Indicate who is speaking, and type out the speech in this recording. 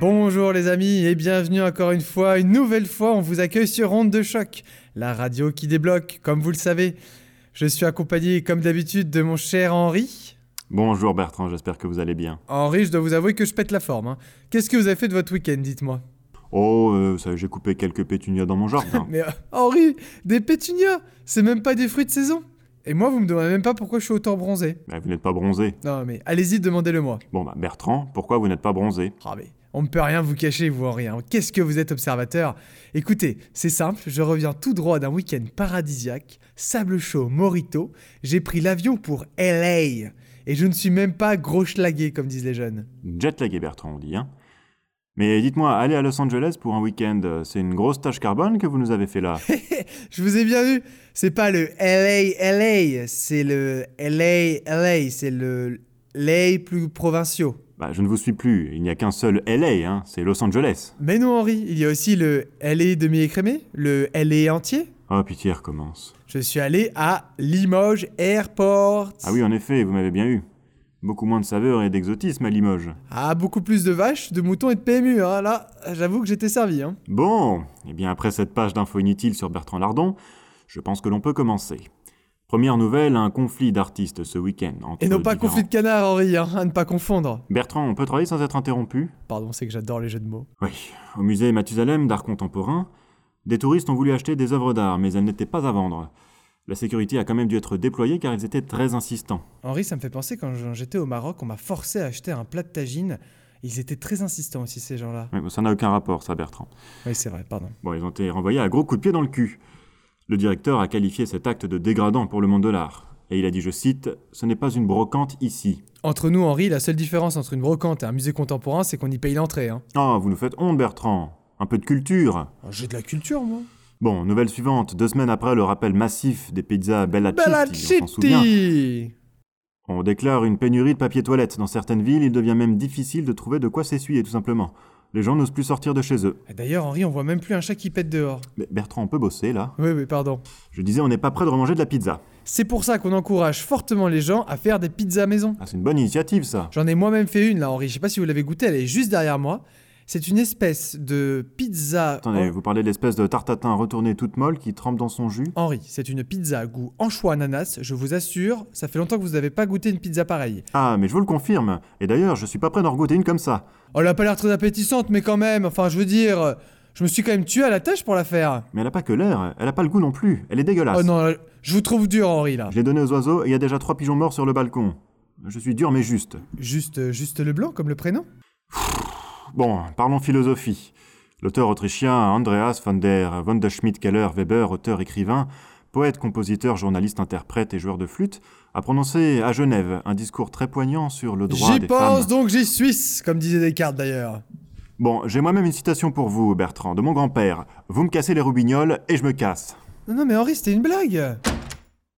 Speaker 1: Bonjour les amis et bienvenue encore une fois, une nouvelle fois, on vous accueille sur Onde de Choc, la radio qui débloque, comme vous le savez. Je suis accompagné comme d'habitude de mon cher Henri.
Speaker 2: Bonjour Bertrand, j'espère que vous allez bien.
Speaker 1: Henri, je dois vous avouer que je pète la forme. hein. Qu'est-ce que vous avez fait de votre week-end, dites-moi
Speaker 2: Oh, euh, ça, j'ai coupé quelques pétunias dans mon jardin.
Speaker 1: Mais euh, Henri, des pétunias, c'est même pas des fruits de saison. Et moi, vous me demandez même pas pourquoi je suis autant bronzé.
Speaker 2: Bah, vous n'êtes pas bronzé.
Speaker 1: Non mais allez-y, demandez-le moi.
Speaker 2: Bon, bah, Bertrand, pourquoi vous n'êtes pas bronzé
Speaker 1: Ah mais on ne peut rien vous cacher, vous Henri. hein. Qu'est-ce que vous êtes observateur Écoutez, c'est simple, je reviens tout droit d'un week-end paradisiaque, sable chaud, morito. J'ai pris l'avion pour LA. Et je ne suis même pas gros schlagué, comme disent les jeunes.
Speaker 2: Jetlagué Bertrand, on dit, hein Mais dites-moi, aller à Los Angeles pour un week-end, euh, c'est une grosse tâche carbone que vous nous avez fait là.
Speaker 1: Je vous ai bien vu, c'est pas le LA, LA, c'est le LA, LA, c'est le LA plus provinciaux.
Speaker 2: bah, je ne vous suis plus, il n'y a qu'un seul LA, hein, c'est Los Angeles.
Speaker 1: Mais non Henri, il y a aussi le LA demi-écrémé, le LA entier.
Speaker 2: Oh, pitié, recommence.
Speaker 1: Je suis allé à Limoges Airport.
Speaker 2: Ah oui, en effet, vous m'avez bien eu. Beaucoup moins de saveur et d'exotisme à Limoges.
Speaker 1: Ah, beaucoup plus de vaches, de moutons et de PMU, hein. Là, j'avoue que j'étais servi, hein.
Speaker 2: Bon, eh bien après cette page d'infos inutiles sur Bertrand Lardon, je pense que l'on peut commencer. Première nouvelle, un conflit d'artistes ce week-end. entre
Speaker 1: Et non pas
Speaker 2: différents-
Speaker 1: conflit de canard, Henri, hein, à ne pas confondre.
Speaker 2: Bertrand, on peut travailler sans être interrompu
Speaker 1: Pardon, c'est que j'adore les jeux de mots.
Speaker 2: Oui. Au musée Mathusalem d'art contemporain, des touristes ont voulu acheter des œuvres d'art, mais elles n'étaient pas à vendre. La sécurité a quand même dû être déployée car ils étaient très insistants.
Speaker 1: Henri, ça me fait penser quand j'étais au Maroc, on m'a forcé à acheter un plat de tagine. Ils étaient très insistants aussi, ces gens-là.
Speaker 2: Ouais, mais ça n'a aucun rapport, ça, Bertrand.
Speaker 1: Oui, c'est vrai, pardon.
Speaker 2: Bon, ils ont été renvoyés à gros coups de pied dans le cul. Le directeur a qualifié cet acte de dégradant pour le monde de l'art. Et il a dit, je cite, Ce n'est pas une brocante ici.
Speaker 1: Entre nous, Henri, la seule différence entre une brocante et un musée contemporain, c'est qu'on y paye l'entrée, hein.
Speaker 2: Ah, vous nous faites honte, Bertrand. Un peu de culture.
Speaker 1: Oh, J'ai de la culture, moi.
Speaker 2: Bon, nouvelle suivante. Deux semaines après le rappel massif des pizzas Bella
Speaker 1: Bella
Speaker 2: Citti, on s'en souvient,
Speaker 1: Citti
Speaker 2: On déclare une pénurie de papier toilette. Dans certaines villes, il devient même difficile de trouver de quoi s'essuyer, tout simplement. Les gens n'osent plus sortir de chez eux.
Speaker 1: D'ailleurs, Henri, on voit même plus un chat qui pète dehors.
Speaker 2: Mais Bertrand, on peut bosser, là
Speaker 1: Oui, oui, pardon.
Speaker 2: Je disais, on n'est pas prêt de remanger de la pizza.
Speaker 1: C'est pour ça qu'on encourage fortement les gens à faire des pizzas maison.
Speaker 2: Ah, c'est une bonne initiative, ça.
Speaker 1: J'en ai moi-même fait une là, Henri. Je sais pas si vous l'avez goûtée, elle est juste derrière moi. C'est une espèce de pizza.
Speaker 2: Attendez, vous parlez de l'espèce de tarte à thym retournée toute molle qui trempe dans son jus
Speaker 1: Henri, c'est une pizza à goût anchois ananas. Je vous assure, ça fait longtemps que vous n'avez pas goûté une pizza pareille.
Speaker 2: Ah, mais je vous le confirme. Et d'ailleurs, je suis pas prêt d'en regoûter une comme ça.
Speaker 1: Oh, elle a pas l'air très appétissante, mais quand même. Enfin, je veux dire, je me suis quand même tué à la tâche pour la faire.
Speaker 2: Mais elle a pas que l'air, elle a pas le goût non plus. Elle est dégueulasse.
Speaker 1: Oh non, là, je vous trouve dur, Henri là.
Speaker 2: Je l'ai donnée aux oiseaux et il y a déjà trois pigeons morts sur le balcon. Je suis dur mais juste.
Speaker 1: Juste, euh, juste le blanc comme le prénom.
Speaker 2: Bon, parlons philosophie. L'auteur autrichien Andreas von der, von der Schmidt-Keller Weber, auteur écrivain, poète, compositeur, journaliste, interprète et joueur de flûte, a prononcé à Genève un discours très poignant sur le droit
Speaker 1: J'y
Speaker 2: des
Speaker 1: pense
Speaker 2: femmes.
Speaker 1: donc j'y suis, comme disait Descartes d'ailleurs.
Speaker 2: Bon, j'ai moi-même une citation pour vous, Bertrand, de mon grand-père. Vous me cassez les roubignoles et je me casse.
Speaker 1: Non, non, mais Henri, c'était une blague.